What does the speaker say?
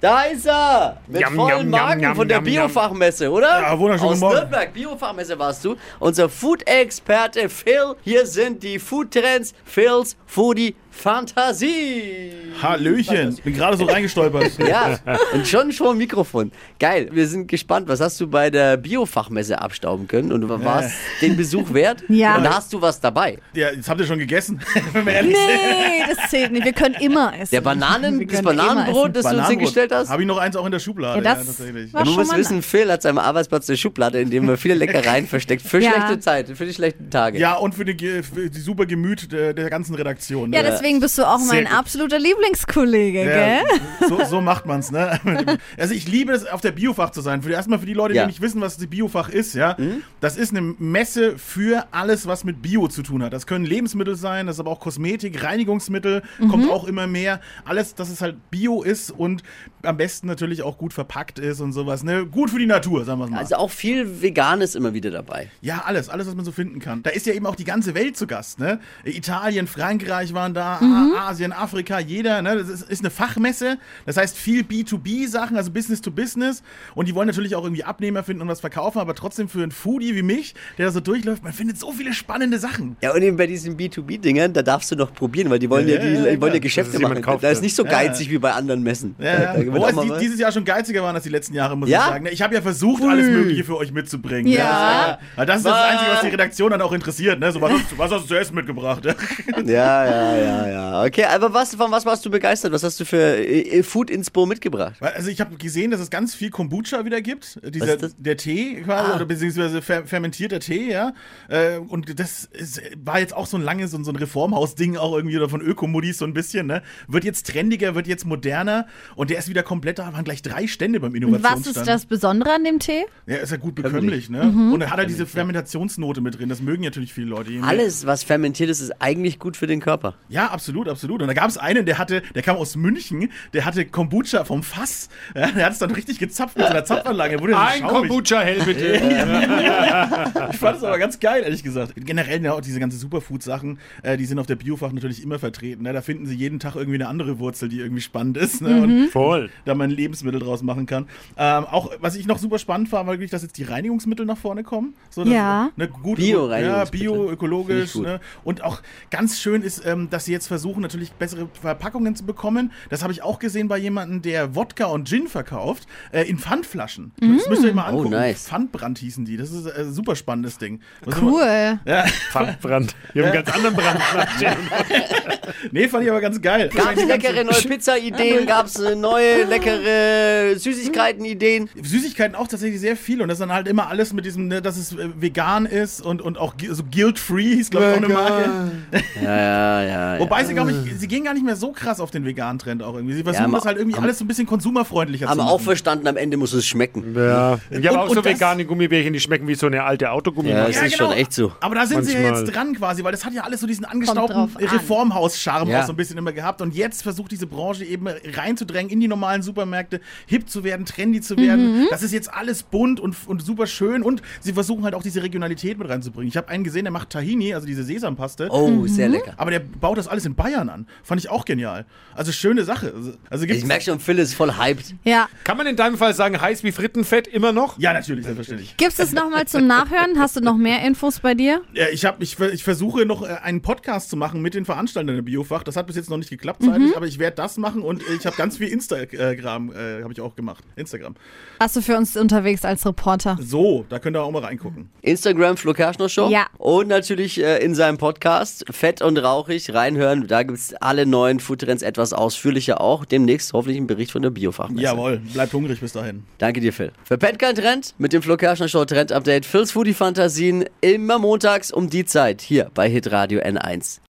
Da ist er! Mit Yam, vollen yam, Marken yam, von der yam, yam. Biofachmesse, oder? Ja, wunderschönen Aus guten Morgen. Nürnberg, Biofachmesse warst du. Unser Food-Experte Phil. Hier sind die Food-Trends. Phil's Foodie Fantasie. Hallöchen, bin gerade so reingestolpert. Ja, und schon schon Mikrofon. Geil, wir sind gespannt. Was hast du bei der Biofachmesse abstauben können? Und war es Äh. den Besuch wert? Ja. Und hast du was dabei? ja, jetzt habt ihr schon gegessen, wenn wir ehrlich sind. Nee, das zählt nicht. Wir können immer essen. Der Bananen, Wir das können immer Bananenbrot, essen. das du uns Bananenbrot. hingestellt hast? Habe ich noch eins auch in der Schublade, Ja, ja, das tatsächlich. war- Man schon muss mal wissen, Phil hat seinem Arbeitsplatz eine Schublade, in dem er viele Leckereien versteckt. Für Ja. schlechte Zeiten, für die schlechten Tage. Ja, und für die, Ge- für die super Gemüt der, der ganzen Redaktion. ne? Ja, deswegen bist du auch Sehr mein gut. absoluter Lieblingskollege, Ja, gell? so, so macht man's, ne? Also ich liebe es, auf der Biofach zu sein. Für, erstmal für die Leute, Ja. die nicht wissen, was die Biofach ist, ja. Das ist eine Messe für alles, was mit Bio zu tun hat. Das können Lebensmittel sein, das ist aber auch Kosmetik, Reinigungsmittel, kommt auch immer mehr. Alles, dass es halt Bio ist und am besten natürlich auch gut verpackt ist und sowas, ne? Gut für die Natur, sagen wir's mal. Also auch viel Veganes immer wieder dabei. Ja, alles, alles, was man so finden kann. Da ist ja eben auch die ganze Welt zu Gast, ne? Italien, Frankreich waren da, A- Asien, Afrika, jeder, ne? Das ist, ist eine Fachmesse, das heißt viel B2B-Sachen, also Business to Business. Und die wollen natürlich auch irgendwie Abnehmer finden und was verkaufen, aber trotzdem für einen Foodie wie mich, der da so durchläuft, man findet so viele spannende Sachen. Ja, und eben bei diesen B2B-Dingern, da darfst du noch probieren, weil die wollen ja, Ja, die, ja, die wollen ja klar. Geschäfte Dass es jemand machen. kauft, da ist ja. nicht so geizig wie bei anderen Messen. Ja, Da ja. gewinnt Wobei auch Äh, es mal die, was. dieses Jahr schon geiziger waren als die letzten Jahre, muss Ja? ich sagen. ne? Ich habe ja versucht, alles Mögliche für euch mitzubringen. ne? Ja. Weil das ist das Ah. Einzige, was die Redaktion dann auch interessiert, ne? So, was, hast du- was hast du zu essen mitgebracht? ja, ja, ja, ja. Okay, aber was, von was warst du begeistert? Was hast du für äh, äh, Food Inspo mitgebracht? Weil, Also ich habe gesehen, dass es ganz viel Kombucha wieder gibt. Was Dieser, ist das? Ah. Der Tee quasi, oder beziehungsweise fer fermentierter Tee, ja. Äh, Und das ist, war jetzt auch so ein langes, so ein- so ein Reformhaus-Ding auch irgendwie oder von Ökomodis so ein bisschen, ne? Wird jetzt trendiger, wird jetzt moderner und der ist wieder komplett da, waren gleich drei Stände beim Und was Innovationsstand. ist das Mhm. Besondere an dem Tee? Ja, ist ja gut bekömmlich, ne? Und da hat er diese Fermentationsnote mit drin, das mögen natürlich viele Leute. Je mehr- Alles, was fermentiert ist, ist eigentlich gut für den Körper. Ja, absolut, absolut. Und da gab es einen, der hatte, der kam aus München, der hatte Kombucha vom Fass. Ja, der hat es dann richtig gezapft mit seiner Zapfanlage. Der Wurde so Ein schaumig. Kombucha hell bitte. Ich fand es aber ganz geil, ehrlich gesagt. Generell ja auch diese ganzen Superfood-Sachen, äh, die sind auf der Biofach natürlich immer vertreten. Ne? Da finden sie jeden Tag irgendwie eine andere Wurzel, die irgendwie spannend ist. Ne? Und Voll. da man Lebensmittel draus machen kann. Ähm, auch was ich noch super spannend war, war wirklich, dass jetzt die Reinigungsmittel nach vorne kommen. So, dass, Ja. Ne, gut, ja, Bio-Reinigungsmittel. bio, Finde ich ökologisch. gut. Ne? Und auch ganz schön ist, ähm, dass sie jetzt versuchen, natürlich bessere Verpackungen zu bekommen. Das habe ich auch gesehen bei jemandem, der Wodka und Gin verkauft, äh, in Pfandflaschen. Das müsst ihr euch mal Oh, angucken. nice. Pfandbrand hießen die. Das ist äh, ein super spannendes Ding. Was immer- Cool. Pfandbrand. Wir haben einen ganz anderen Brand. Nee, fand ich aber ganz geil. Gab es leckere neue Pizza-Ideen? Gab es neue leckere Süßigkeiten-Ideen? Süßigkeiten auch tatsächlich sehr viel und das dann halt immer alles mit diesem, ne, dass es äh, vegan ist und, und auch gi- so guilt-free hieß, glaube ich, auch eine Marke. Ja, ja, ja. ja. Wobei sie, glaube ich, sie gehen gar nicht mehr so krass auf den veganen Trend auch irgendwie. Sie Ja, versuchen aber- das halt irgendwie aber- alles so ein bisschen konsumerfreundlicher zu Haben machen. auch verstanden, am Ende muss es schmecken. Ja. Ich Und- habe auch und so das- vegane Gummibärchen, die schmecken wie so eine alte Autogummimasse. Ja, das ist schon echt so. Aber da sind sie ja Manchmal. jetzt dran quasi, weil das hat ja alles so diesen angestaubten drauf an. Reformhaus-Charme Ja. auch so ein bisschen immer gehabt. Und jetzt versucht diese Branche eben reinzudrängen in die normalen Supermärkte, hip zu werden, trendy zu Mhm. werden. Das ist jetzt alles bunt und, und super schön. Und sie versuchen halt auch diese Regionalität mit reinzubringen. Ich habe einen gesehen, der macht Tahini, also diese Sesampaste. Oh, sehr lecker. Aber der baut das alles in Bayern an. Fand ich auch genial. Also schöne Sache. Also- Also gibt's Ich merke schon, Phil ist voll hyped. Ja. Kann man in deinem Fall sagen, heiß wie Frittenfett immer noch? ja, natürlich, selbstverständlich. Gibst es nochmal zum Nachhören? Hast du noch mehr Infos bei dir? Ja, ich, hab, ich, ver- ich versuche noch äh, einen Podcast zu machen mit den Veranstaltern der Biofach. Das hat bis jetzt noch nicht geklappt, zeitlich, aber ich werde das machen und ich habe ganz viel Instagram äh, habe ich auch gemacht. Instagram. Warst du für uns unterwegs als Reporter? So, da könnt ihr auch mal reingucken. Instagram Flo Kerschner Show. Ja. Und natürlich äh, in seinem Podcast Fett und Rauchig reinhören. Da gibt es alle neuen Foodtrends etwas ausführlicher auch. Demnächst hoffentlich ein Bericht von der Biofachmesse. Jawohl, bleibt hungrig bis dahin. Danke dir, Phil. Für Pet kein Trend mit dem Flo Kerschner Show Trend Update. Phil's Foodie Fantasien immer montags um die Zeit hier bei Hitradio N1.